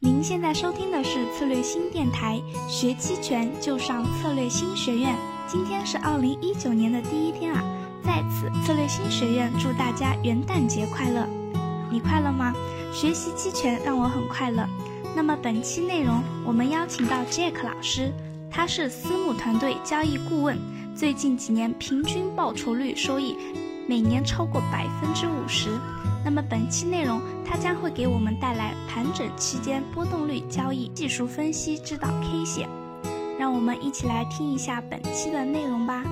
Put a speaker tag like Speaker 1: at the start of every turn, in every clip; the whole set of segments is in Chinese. Speaker 1: 您现在收听的是策略新电台，学期权就上策略新学院。今天是二零一九年的第一天啊，在此策略新学院祝大家元旦节快乐！你快乐吗？学习期权让我很快乐。那么本期内容我们邀请到 Jack 老师，他是私募团队交易顾问，最近几年平均报酬率收益每年超过百分之五十。那么本期内容，它将会给我们带来盘整期间波动率交易技术分析指导 K 线，让我们一起来听一下本期的内容吧。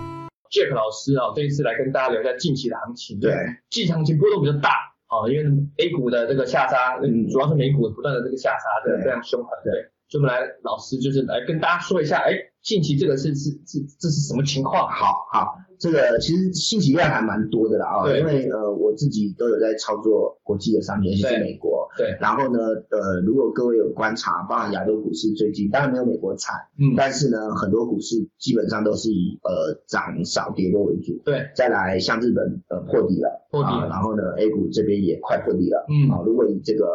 Speaker 2: Jack 老师啊，这一次来跟大家聊一下近期的行情。
Speaker 3: 对，
Speaker 2: 近期行情波动比较大啊，因为 A 股的这个下杀，
Speaker 3: 嗯
Speaker 2: 主要是美股不断的这个下杀，这个
Speaker 3: 对
Speaker 2: 非常凶狠。
Speaker 3: 对，
Speaker 2: 所以我们来老师就是来跟大家说一下，哎，近期这个是是是这是什么情况？
Speaker 3: 好好，这个其实信息量还蛮多的啦啊、
Speaker 2: 对
Speaker 3: 因为呃我自己都有在操作国际的商品，尤其是
Speaker 2: 对
Speaker 3: 美国。
Speaker 2: 对，
Speaker 3: 然后呢，呃，如果各位有观察，包含亚洲股市最近当然没有美国惨，
Speaker 2: 嗯，
Speaker 3: 但是呢，很多股市基本上都是以呃涨少跌多为主。
Speaker 2: 对，
Speaker 3: 再来像日本呃破底了，
Speaker 2: 破底
Speaker 3: 啊
Speaker 2: 了
Speaker 3: 然后呢 A 股这边也快破底了。
Speaker 2: 嗯
Speaker 3: 啊，如果以这个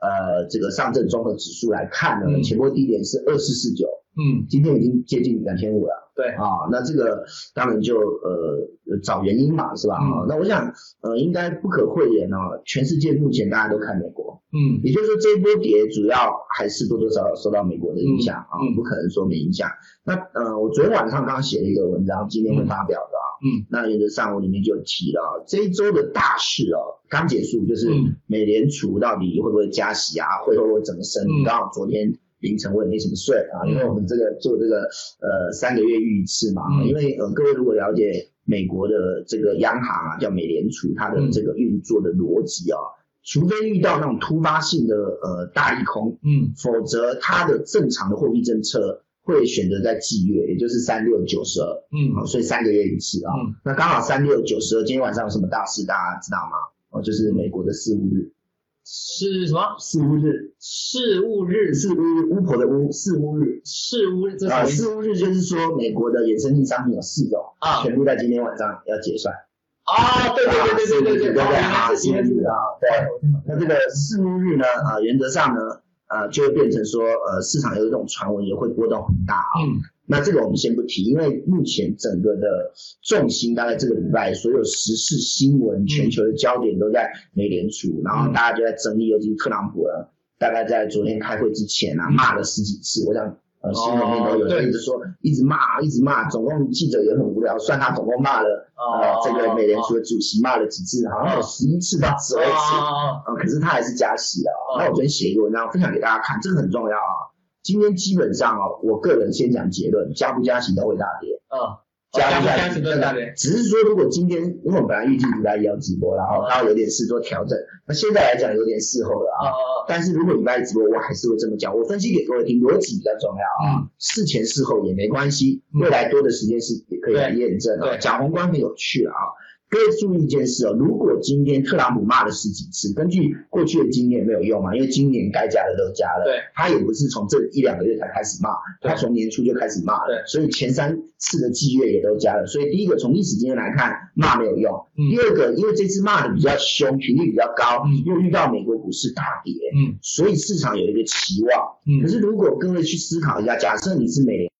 Speaker 3: 呃这个上证综合指数来看呢，
Speaker 2: 嗯
Speaker 3: 前波低点是二四四九，
Speaker 2: 嗯，
Speaker 3: 今天已经接近两千五了。
Speaker 2: 对
Speaker 3: 啊，那这个当然就呃找原因嘛，是吧？
Speaker 2: 嗯
Speaker 3: 啊，那我想呃应该不可讳言哦，全世界目前大家都看美国，
Speaker 2: 嗯，
Speaker 3: 也就是说这一波跌主要还是多多少少受到美国的影响、
Speaker 2: 嗯嗯
Speaker 3: 啊，不可能说没影响。那呃，我昨天晚上刚写了一个文章，今天会发表的啊。
Speaker 2: 嗯，
Speaker 3: 那原则上我里面就有提了啊，这一周的大事哦，刚结束，就是
Speaker 2: 嗯
Speaker 3: 美联储到底会不会加息啊，会会不会怎么升
Speaker 2: 嗯？
Speaker 3: 刚好昨天凌晨我也没什么睡啊，
Speaker 2: 嗯
Speaker 3: 因为我们这个做这个呃三个月预一次嘛，
Speaker 2: 嗯
Speaker 3: 因为呃各位如果了解美国的这个央行啊，叫美联储，它的
Speaker 2: 嗯
Speaker 3: 这个运作的逻辑啊。除非遇到那种突发性的呃大利空，
Speaker 2: 嗯，
Speaker 3: 否则它的正常的货币政策会选择在季月，也就是三六九十二，
Speaker 2: 嗯，
Speaker 3: 所以三个月一次啊。
Speaker 2: 嗯
Speaker 3: 那刚好三六九十二，今天晚上有什么大事大家知道吗？哦，就是美国的四五日，
Speaker 2: 是什么？
Speaker 3: 四五日，
Speaker 2: 事务日，
Speaker 3: 四五日巫婆的巫，四五日。
Speaker 2: 事务日，这
Speaker 3: 啊，
Speaker 2: 是什么意思
Speaker 3: 四五日就是说美国的衍生性商品有四种，
Speaker 2: 啊
Speaker 3: 全部在今天晚上要结算。
Speaker 2: 啊？对对对对对
Speaker 3: 对
Speaker 2: 对
Speaker 3: 对对
Speaker 2: 啊，
Speaker 3: 啊，
Speaker 2: 这是
Speaker 3: 四五日啊，对。那这个四五日呢，呃，原则上呢，呃，就会变成说，呃，市场有一种传闻也会波动很大啊、
Speaker 2: 嗯
Speaker 3: 那这个我们先不提，因为目前整个的重心大概这个礼拜所有时事新
Speaker 2: 嗯
Speaker 3: 闻、全球的焦点都在美联储，然后大家就在争议，尤其是特朗普呢，大概在昨天开会之前啊，
Speaker 2: 嗯
Speaker 3: 骂了十几次，我想。呃，新闻里面都有
Speaker 2: 哦对
Speaker 3: 一直说，一直骂，一直骂，总共记者也很无聊，算他总共骂了，呃
Speaker 2: 哦，
Speaker 3: 这个美联储的主席骂了几次，好像有十一次到十二次，
Speaker 2: 啊，
Speaker 3: 呃，可是它还是加息的、
Speaker 2: 哦
Speaker 3: 哦。那我昨天写一个文章分享给大家看，这个很重要啊。今天基本上哦，我个人先讲结论，加不加息都会大跌，
Speaker 2: 啊，
Speaker 3: 不
Speaker 2: 加
Speaker 3: 加
Speaker 2: 十
Speaker 3: 息
Speaker 2: 个大连，
Speaker 3: 只是说如果今天，因为我们本来预计礼拜一要直播，然后
Speaker 2: 哦
Speaker 3: 刚好有点事做调整，那现在来讲有点事后了
Speaker 2: 啊
Speaker 3: 啊。但是如果礼拜一直播，我还是会这么讲。我分析给各位听，逻辑比较重要啊，事前事后也没关系，
Speaker 2: 嗯
Speaker 3: 未来多的时间是也可以来验证
Speaker 2: 对
Speaker 3: 啊。
Speaker 2: 对
Speaker 3: 讲宏观很有趣啊，各位注意一件事哦，如果今天特朗普骂了十几次，根据过去的经验没有用嘛，因为今年该加的都加了，
Speaker 2: 对，
Speaker 3: 他也不是从这一两个月才开始骂，
Speaker 2: 对
Speaker 3: 他从年初就开始骂
Speaker 2: 对
Speaker 3: 了，所以前三次的季月也都加了，所以第一个从历史经验来看骂没有用，
Speaker 2: 嗯
Speaker 3: 第二个因为这次骂的比较凶，频率比较高，
Speaker 2: 嗯
Speaker 3: 又遇到美国股市大跌，
Speaker 2: 嗯
Speaker 3: 所以市场有一个期望。
Speaker 2: 嗯
Speaker 3: 可是如果各位去思考一下，假设你是美联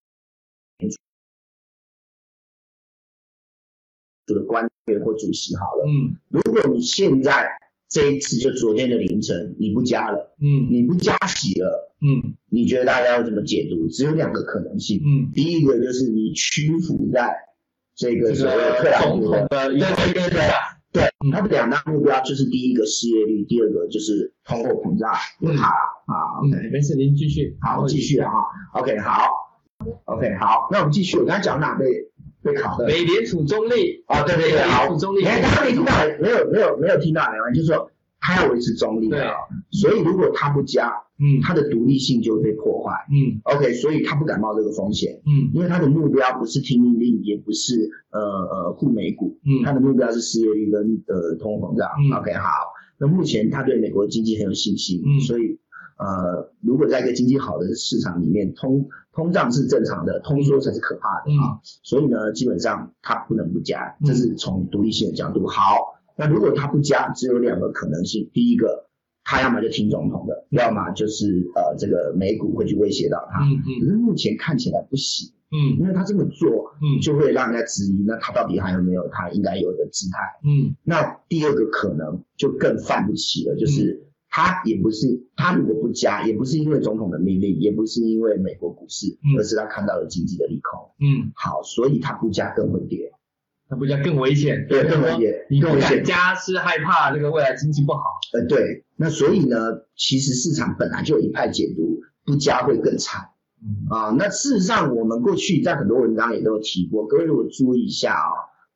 Speaker 3: 储的官员或主席好了，
Speaker 2: 嗯
Speaker 3: 如果你现在这一次就昨天的凌晨你不加了，
Speaker 2: 嗯
Speaker 3: 你不加息了，
Speaker 2: 嗯
Speaker 3: 你觉得大家要怎么解读？只有两个可能性，
Speaker 2: 嗯，
Speaker 3: 第一个就是你屈服在这
Speaker 2: 这
Speaker 3: 个所谓的特
Speaker 2: 个
Speaker 3: 朗
Speaker 2: 总
Speaker 3: 普
Speaker 2: 统
Speaker 3: 的，
Speaker 2: 的一个
Speaker 3: 对对对对
Speaker 2: 嗯
Speaker 3: 他的两大目标就是第一个失业率，第二个就是通货膨胀，
Speaker 2: 嗯
Speaker 3: 卡啊，OK。
Speaker 2: 嗯，没事，您继续，
Speaker 3: 好，继续啊。OK，好，OK，好，那我们继续。我刚才讲哪被被卡的？
Speaker 2: 美联储中立
Speaker 3: 啊，对对对，
Speaker 2: 美联
Speaker 3: 好
Speaker 2: 储中。
Speaker 3: 你
Speaker 2: 立，
Speaker 3: 看大家没听到，没有没有没有听到台湾，就是说它要维持中立
Speaker 2: 对
Speaker 3: 啊。所以如果它不加，
Speaker 2: 嗯
Speaker 3: 它的独立性就会被破坏。
Speaker 2: 嗯
Speaker 3: OK，所以它不敢冒这个风险，
Speaker 2: 嗯
Speaker 3: 因为它的目标不是听命令，也不是呃呃护美股，它
Speaker 2: 嗯
Speaker 3: 的目标是失业率跟呃通货膨胀。
Speaker 2: 嗯
Speaker 3: OK，好，那目前他对美国经济很有信心，
Speaker 2: 嗯
Speaker 3: 所以呃，如果在一个经济好的市场里面，通通胀是正常的，通缩才是可怕的啊。所以呢，基本上他不能不加，
Speaker 2: 嗯
Speaker 3: 这是从独立性的角度。好，那如果他不加，只有两个可能性，第一个。他要么就听总统的，要么就是呃这个美股会去威胁到他。
Speaker 2: 嗯
Speaker 3: 可是目前看起来不行，
Speaker 2: 嗯
Speaker 3: 因为他这么做
Speaker 2: 嗯
Speaker 3: 就会让人家质疑，那他到底还有没有他应该有的姿态？
Speaker 2: 嗯
Speaker 3: 那第二个可能就更犯不起了，就是他也不是他如果不加，也不是因为总统的命令，也不是因为美国股市
Speaker 2: 嗯，
Speaker 3: 而是他看到了经济的利空。
Speaker 2: 嗯，
Speaker 3: 好，所以他不加更会跌，
Speaker 2: 那不叫更危险？
Speaker 3: 对，更会跌，
Speaker 2: 你
Speaker 3: 更
Speaker 2: 不
Speaker 3: 危
Speaker 2: 敢
Speaker 3: 险。
Speaker 2: 加是害怕这个未来经济不好。
Speaker 3: 呃，对，那所以呢，其实市场本来就有一派解读，不加会更惨。
Speaker 2: 嗯
Speaker 3: 啊、那事实上，我们过去在很多文章也都有提过，各位如果注意一下啊、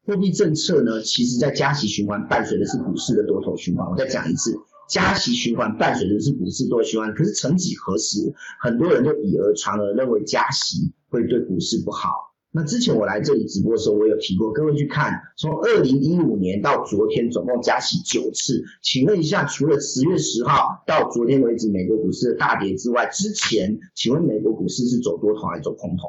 Speaker 3: 货币政策呢，其实在加息循环伴随的是股市的多头循环。我再讲一次，加息循环伴随的是股市多头循环。可是曾几何时，很多人就以讹传讹，认为加息会对股市不好。那之前我来这里直播的时候，我有提过，各位去看，从二零一五年到昨天，总共加息九次。请问一下，除了十月十号到昨天为止，美国股市的大跌之外，之前请问美国股市是走多头还是走空头？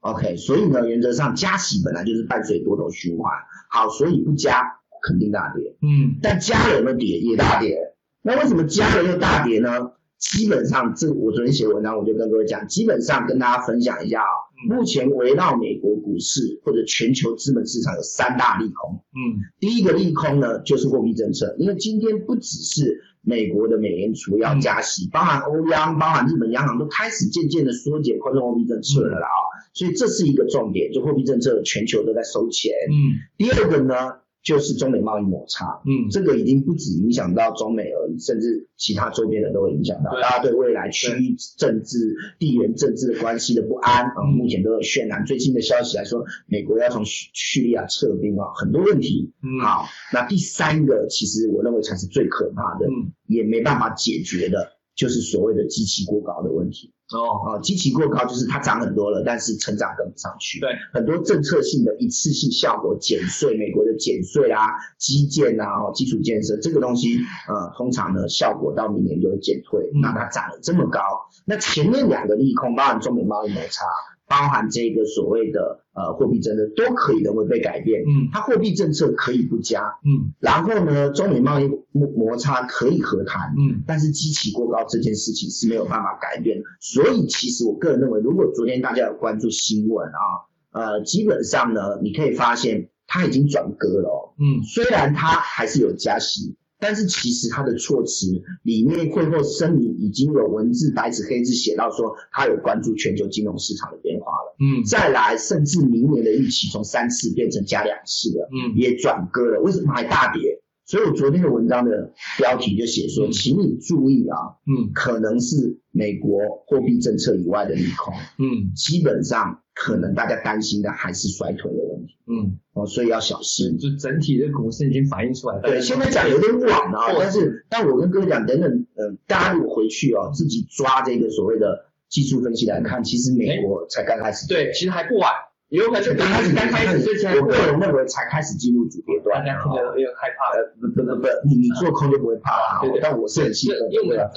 Speaker 3: OK，所以呢，原则上加息本来就是伴随多头循环，好，所以不加肯定大跌，
Speaker 2: 嗯
Speaker 3: 但加了有没有跌也大跌，那为什么加了又大跌呢？基本上这我昨天写文章我就跟各位讲，基本上跟大家分享一下啊、目前围绕美国股市或者全球资本市场有三大利空，
Speaker 2: 嗯
Speaker 3: 第一个利空呢，就是货币政策，因为今天不只是美国的美联储要加息，包含欧央、包含日本央行都开始渐渐的缩减宽松货币政策了啦啊、所以这是一个重点，就货币政策全球都在收钱。
Speaker 2: 嗯
Speaker 3: 第二个呢，就是中美贸易摩擦，
Speaker 2: 嗯
Speaker 3: 这个已经不止影响到中美而已，甚至其他周边的都会影响到。
Speaker 2: 对
Speaker 3: 大家对未来区域政治、地缘政治的关系的不安啊、
Speaker 2: 嗯
Speaker 3: 目前都有渲染。最新的消息来说，美国要从叙叙利亚撤兵啊，很多问题。
Speaker 2: 嗯，
Speaker 3: 好，那第三个其实我认为才是最可怕的，
Speaker 2: 嗯
Speaker 3: 也没办法解决的，就是所谓的基期过高的问题。
Speaker 2: 哦
Speaker 3: 啊，基期过高就是它涨很多了，但是成长跟不上去。
Speaker 2: 对，
Speaker 3: 很多政策性的一次性效果，减税，美国的减税啊、基建啊、哦、基础建设这个东西，呃，通常呢效果到明年就会减退。
Speaker 2: 嗯
Speaker 3: 那它涨了这么高，那前面两个利空，包含中美贸易摩擦，包含这个所谓的呃货币政策，都可以认为被改变。
Speaker 2: 嗯
Speaker 3: 它货币政策可以不加，
Speaker 2: 嗯
Speaker 3: 然后呢，中美贸易摩摩擦可以和谈，
Speaker 2: 嗯
Speaker 3: 但是基期过高这件事情是没有办法改变的。所以其实我个人认为，如果昨天大家有关注新闻啊，呃，基本上呢，你可以发现它已经转割了、哦。
Speaker 2: 嗯
Speaker 3: 虽然它还是有加息，但是其实它的措辞里面会后声明已经有文字白纸黑字写到说，它有关注全球金融市场的变化了。
Speaker 2: 嗯
Speaker 3: 再来，甚至明年的预期从三次变成加两次了。
Speaker 2: 嗯
Speaker 3: 也转割了，为什么还大跌？所以我昨天的文章的标题就写说，
Speaker 2: 嗯
Speaker 3: 请你注意啊，
Speaker 2: 嗯
Speaker 3: 可能是美国货币政策以外的利空，
Speaker 2: 嗯
Speaker 3: 基本上可能大家担心的还是衰退的问题
Speaker 2: 嗯，
Speaker 3: 哦，所以要小心。
Speaker 2: 就整体的股市已经反映出来了。
Speaker 3: 对，现在讲有点晚了啊，
Speaker 2: 过
Speaker 3: 但是但我跟各位讲，等等，呃，大家如果回去哦，自己抓这个所谓的技术分析来看，其实美国才刚开始，
Speaker 2: 对，其实还不晚，也有可能是刚开始刚开始之前，
Speaker 3: 我个人认为才开始进入主跌
Speaker 2: 大
Speaker 3: 段
Speaker 2: 家
Speaker 3: 啊。
Speaker 2: 听着有点害怕
Speaker 3: 呃，不不不不，你你做空就不会怕啦、
Speaker 2: 对对
Speaker 3: 但我是很兴奋。
Speaker 2: 因为我们
Speaker 3: 啊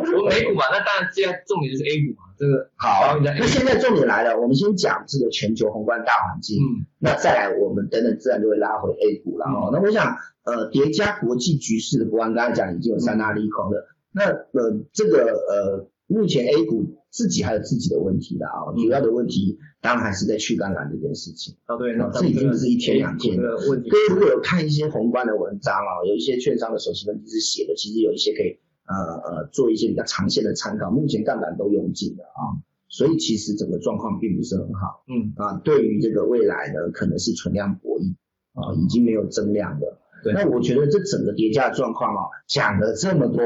Speaker 2: 我们美股嘛，那当然，现在重点就是 A 股嘛，这个
Speaker 3: 好，
Speaker 2: 好你来
Speaker 3: 那现在重点来了，我们先讲这个全球宏观大环境，
Speaker 2: 嗯
Speaker 3: 那再来我们等等自然就会拉回 A 股了哦。那我想，呃，叠加国际局势的不安，刚才讲已经有三大利空了。那呃，这个呃，目前 A 股自己还有自己的问题的啊、
Speaker 2: 嗯
Speaker 3: 主要的问题当然还是在去杠杆这件事情。
Speaker 2: 啊对，那
Speaker 3: 这已经不是一天两天
Speaker 2: 的问题
Speaker 3: 各，位如果有看一些宏观的文章啊，有一些券商的首席分析师写的，其实有一些可以呃呃做一些比较长线的参考。目前杠杆都用尽了啊，所以其实整个状况并不是很好
Speaker 2: 嗯
Speaker 3: 啊。对于这个未来呢，可能是存量博弈啊，已经没有增量的。
Speaker 2: 对
Speaker 3: 那我觉得这整个叠加的状况啊，讲了这么多。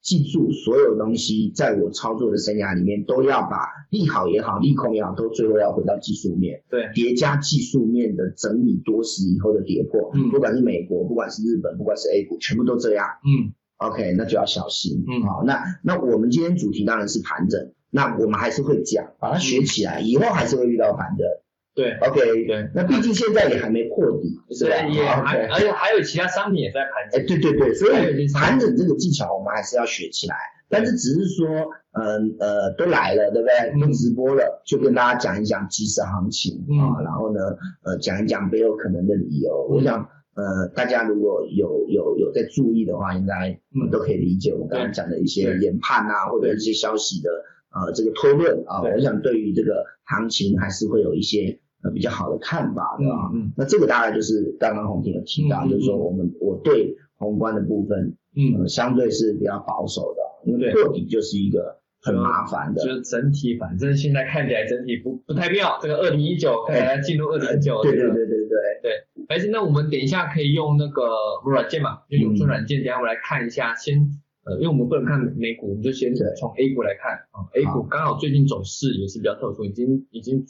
Speaker 3: 记住，所有东西在我操作的生涯里面，都要把利好也好，利空也好，都最后要回到技术面。
Speaker 2: 对，
Speaker 3: 叠加技术面的整理多时以后的跌破，
Speaker 2: 嗯
Speaker 3: 不管是美国，不管是日本，不管是 A 股，全部都这样。
Speaker 2: 嗯
Speaker 3: OK，那就要小心。
Speaker 2: 嗯
Speaker 3: 好，那那我们今天主题当然是盘整，那我们还是会讲，把它学起来，以后还是会遇到盘整。
Speaker 2: 对
Speaker 3: OK，
Speaker 2: 对，
Speaker 3: 那毕竟现在也还没破底，是
Speaker 2: 所
Speaker 3: 吧
Speaker 2: 以也
Speaker 3: 好
Speaker 2: 还
Speaker 3: ？OK，
Speaker 2: 而且还有其他商品也在盘
Speaker 3: 哎，
Speaker 2: 整，
Speaker 3: 对对对，所
Speaker 2: 还有
Speaker 3: 以
Speaker 2: 第三
Speaker 3: 盘整这个技巧我们还是要学起来，但是只是说，嗯呃，都来了，对不
Speaker 2: 嗯
Speaker 3: 对？都直播了，就跟大家讲一讲即时行情
Speaker 2: 嗯
Speaker 3: 啊，然后呢，呃，讲一讲背后可能的理由。
Speaker 2: 嗯
Speaker 3: 我想，呃，大家如果有有有在注意的话，应该
Speaker 2: 嗯
Speaker 3: 都可以理解我刚刚
Speaker 2: 对
Speaker 3: 讲的一些
Speaker 2: 对
Speaker 3: 研判啊，或者一些消息的呃这个推论啊，
Speaker 2: 对
Speaker 3: 我想对于这个行情还是会有一些呃比较好的看法的啊。
Speaker 2: 嗯
Speaker 3: 那这个大概就是刚刚红婷有提到，
Speaker 2: 嗯嗯
Speaker 3: 就是说我们我对宏观的部分，
Speaker 2: 嗯，
Speaker 3: 呃，相对是比较保守的，因为
Speaker 2: 对
Speaker 3: 破底就是一个很麻烦的
Speaker 2: 就。是整体，反正现在看起来整体不不太妙。这个二零一九看起来要进入二零一九，
Speaker 3: 哎对
Speaker 2: 这
Speaker 3: 对
Speaker 2: 个
Speaker 3: 对对对，
Speaker 2: 而且那我们等一下可以用那个软件嘛，就
Speaker 3: 嗯
Speaker 2: 永春软件，等一下我们来看一下，先呃，因为我们不能看美股，我们就先
Speaker 3: 对
Speaker 2: 从 A 股来看啊、A 股刚好最近走势也是比较特殊，已经已经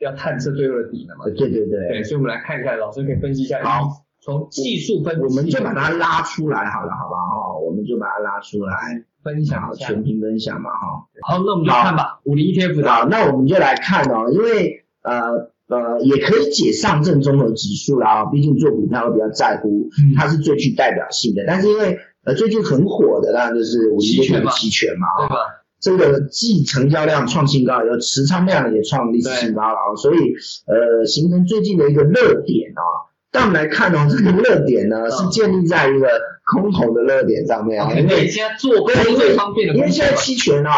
Speaker 2: 要探测最后的底了嘛。
Speaker 3: 呃对对对，
Speaker 2: 对，所以我们来看一下，老师可以分析一下。
Speaker 3: 好，
Speaker 2: 从技术分析，
Speaker 3: 我们就把它拉出来好了，好不好？哦我们就把它拉出来，
Speaker 2: 分享
Speaker 3: 好，
Speaker 2: 一下。
Speaker 3: 全屏分享嘛，哈。
Speaker 2: 好，那我们就看吧，五零 ETF 的。
Speaker 3: 好，那我们就来看哦，因为呃呃，也可以解上证综合指数啦、毕竟做股票会比较在乎
Speaker 2: 嗯
Speaker 3: 它是最具代表性的。但是因为呃最近很火的，当然就是五
Speaker 2: 期
Speaker 3: 零
Speaker 2: 权嘛
Speaker 3: 期权嘛，
Speaker 2: 对
Speaker 3: 啊，
Speaker 2: 吧？
Speaker 3: 这个既成交量创新高，有持仓量也创历史新高了，啊，所以呃形成最近的一个热点啊。但我们来看哦，这个热点呢、
Speaker 2: 嗯
Speaker 3: 是建立在一个空头的热点上面啊，因
Speaker 2: 肯
Speaker 3: 为
Speaker 2: 定现在做空是最方便的
Speaker 3: 因
Speaker 2: 工
Speaker 3: 为
Speaker 2: 具
Speaker 3: 现
Speaker 2: 嘛
Speaker 3: 在期权啊、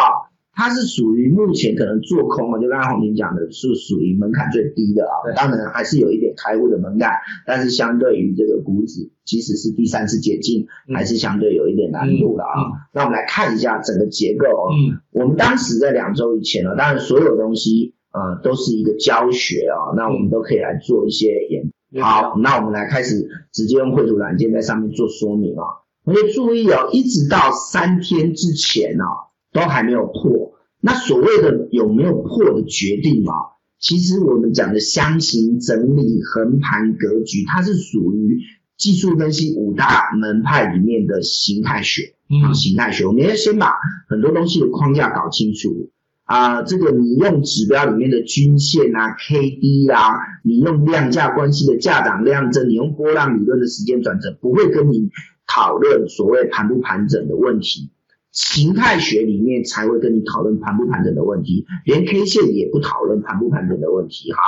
Speaker 3: 它是属于目前可能做空嘛，就刚才红婷讲的是属于门槛最低的啊
Speaker 2: 对。
Speaker 3: 当然还是有一点开户的门槛，但是相对于这个股指，即使是第三次解禁，
Speaker 2: 嗯
Speaker 3: 还是相对有一点难度的啊。
Speaker 2: 嗯嗯
Speaker 3: 那我们来看一下整个结构哦。
Speaker 2: 嗯，
Speaker 3: 我们当时在两周以前呢、当然所有东西呃都是一个教学啊、那我们都可以来做一些研好，，那我们来开始直接用绘图软件在上面做说明啊、我们注意哦，一直到三天之前哦，都还没有破。那所谓的有没有破的决定啊、其实我们讲的箱型整理、横盘格局，它是属于技术分析五大门派里面的形态学。
Speaker 2: 嗯
Speaker 3: 啊，形态学，我们要先把很多东西的框架搞清楚啊、这个你用指标里面的均线啊、KD 啊，你用量价关系的价涨量增，你用波浪理论的时间转折，不会跟你讨论所谓盘不盘整的问题。形态学里面才会跟你讨论盘不盘整的问题，连 K 线也不讨论盘不盘整的问题。好，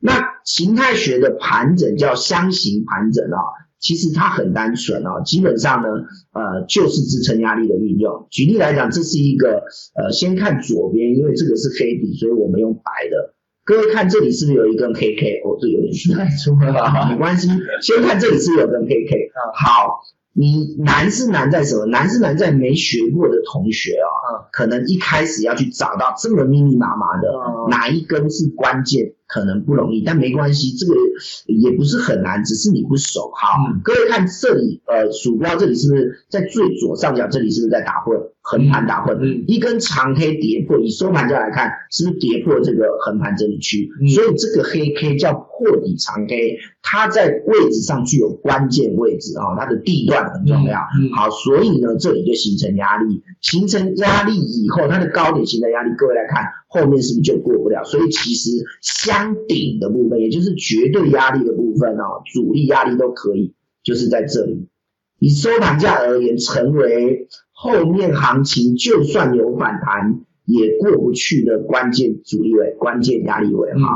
Speaker 3: 那形态学的盘整叫箱型盘整啊、其实它很单纯啊、基本上呢，呃，就是支撑压力的运用。举例来讲，这是一个呃，先看左边，因为这个是黑底，所以我们用白的。各位看这里是不是有一根 K K？哦，这有点虚，
Speaker 2: 出
Speaker 3: 没关系。先看这里是不是有根 K K。好，你难是难在什么？难是难在没学过的同学啊、
Speaker 2: 嗯
Speaker 3: 可能一开始要去找到这么密密麻麻的，
Speaker 2: 嗯
Speaker 3: 哪一根是关键，可能不容易，但没关系，这个也不是很难，只是你不熟。好，
Speaker 2: 嗯
Speaker 3: 各位看这里，呃，鼠标这里是不是在最左上角？这里是不是在打混横盘打混？
Speaker 2: 嗯
Speaker 3: 一根长黑跌破，以收盘价来看，是不是跌破这个横盘整理区？
Speaker 2: 嗯
Speaker 3: 所以这个黑 K 叫破底长 K，它在位置上具有关键位置啊、它的地段很重要。
Speaker 2: 嗯嗯
Speaker 3: 好，所以呢，这里就形成压力，形成压力以后，它的高点形成压力，各位来看后面是不是就过不了？所以其实箱顶的部分，也就是绝对压力的部分哦，阻力压力都可以，就是在这里。以收盘价而言，成为后面行情就算有反弹也过不去的关键阻力位、关键压力位
Speaker 2: 嗯
Speaker 3: 哈、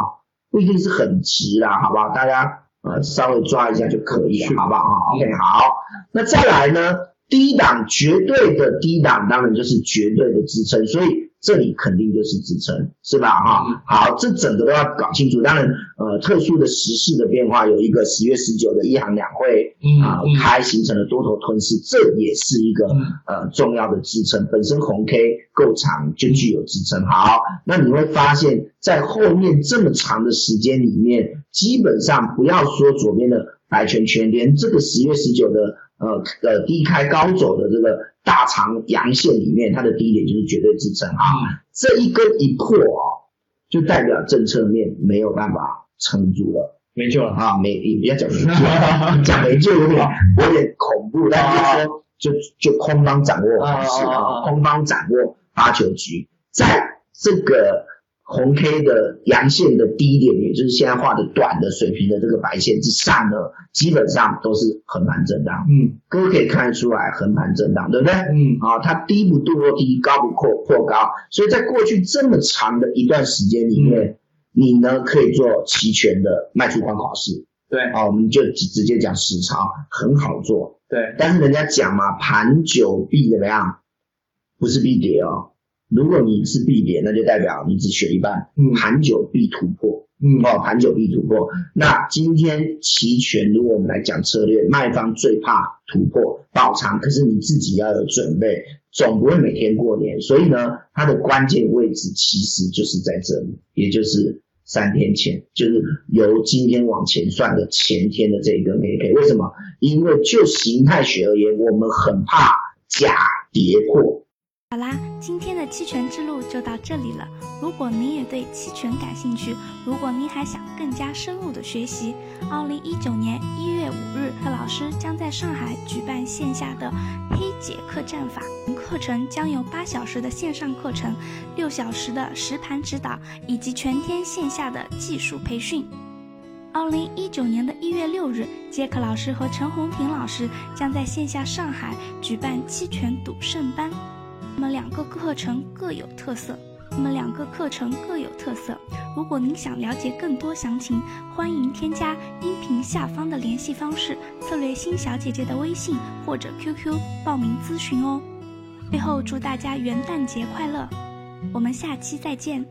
Speaker 3: 不一定是很直啦，好不好？大家呃稍微抓一下就可以
Speaker 2: 是
Speaker 3: 了，好不好啊
Speaker 2: 嗯
Speaker 3: ？OK，好。那再来呢，低档绝对的低档，当然就是绝对的支撑，所以这里肯定就是支撑，是吧？哈、
Speaker 2: 嗯
Speaker 3: 好，这整个都要搞清楚。当然，呃，特殊的时事的变化，有一个十月十九的一行两会
Speaker 2: 嗯
Speaker 3: 啊、
Speaker 2: 嗯
Speaker 3: 开形成了多头吞噬，这也是一个
Speaker 2: 嗯
Speaker 3: 呃重要的支撑。本身红 K 够长就具有支撑。好，那你会发现在后面这么长的时间里面，基本上不要说左边的白圈圈，连这个十月十九的呃呃低开高走的这个大长阳线里面，它的低点就是绝对支撑啊。
Speaker 2: 啊，
Speaker 3: 这一根一破哦，就代表政策面没有办法撑住了。
Speaker 2: 没救了。
Speaker 3: 啊，没也不要讲没救，讲没救有点有点恐怖，但是说就就空方掌握
Speaker 2: 啊啊啊
Speaker 3: 盘势
Speaker 2: 啊
Speaker 3: 啊，空方掌握八九局，在这个红 K 的阳线的低点，也就是现在画的短的水平的这个白线之上呢，基本上都是横盘震荡，
Speaker 2: 嗯
Speaker 3: 各位可以看得出来横盘震荡，对不对？
Speaker 2: 嗯
Speaker 3: 啊，它低不落低，高不破破高，所以在过去这么长的一段时间里面，你呢可以做期权的卖出关考试，
Speaker 2: 对
Speaker 3: 啊，我们就直直接讲实操，很好做。
Speaker 2: 对
Speaker 3: 但是人家讲嘛，盘久必怎么样？不是必跌哦。如果你是必跌，那就代表你只学一半。
Speaker 2: 嗯
Speaker 3: 盘久必突破。
Speaker 2: 嗯
Speaker 3: 哦，盘久必突破。那今天期权，如果我们来讲策略，卖方最怕突破爆仓，可是你自己要有准备，总不会每天过年。所以呢，它的关键位置其实就是在这里，也就是三天前，就是由今天往前算的前天的这个美配。为什么？因为就形态学而言，我们很怕假跌破。
Speaker 1: 好啦，今天的期权之路就到这里了。如果你也对期权感兴趣，如果你还想更加深入的学习，二零一九年一月五日，贺老师将在上海举办线下的“黑解客战法”课程，将有八小时的线上课程、六小时的实盘指导以及全天线下的技术培训。二零一九年的一月六日，杰克老师和陈红平老师将在线下上海举办期权赌圣班。那么两个课程各有特色。那么两个课程各有特色。如果您想了解更多详情，欢迎添加音频下方的联系方式“策略星小姐姐”的微信或者 QQ 报名咨询哦。最后，祝大家元旦节快乐！我们下期再见。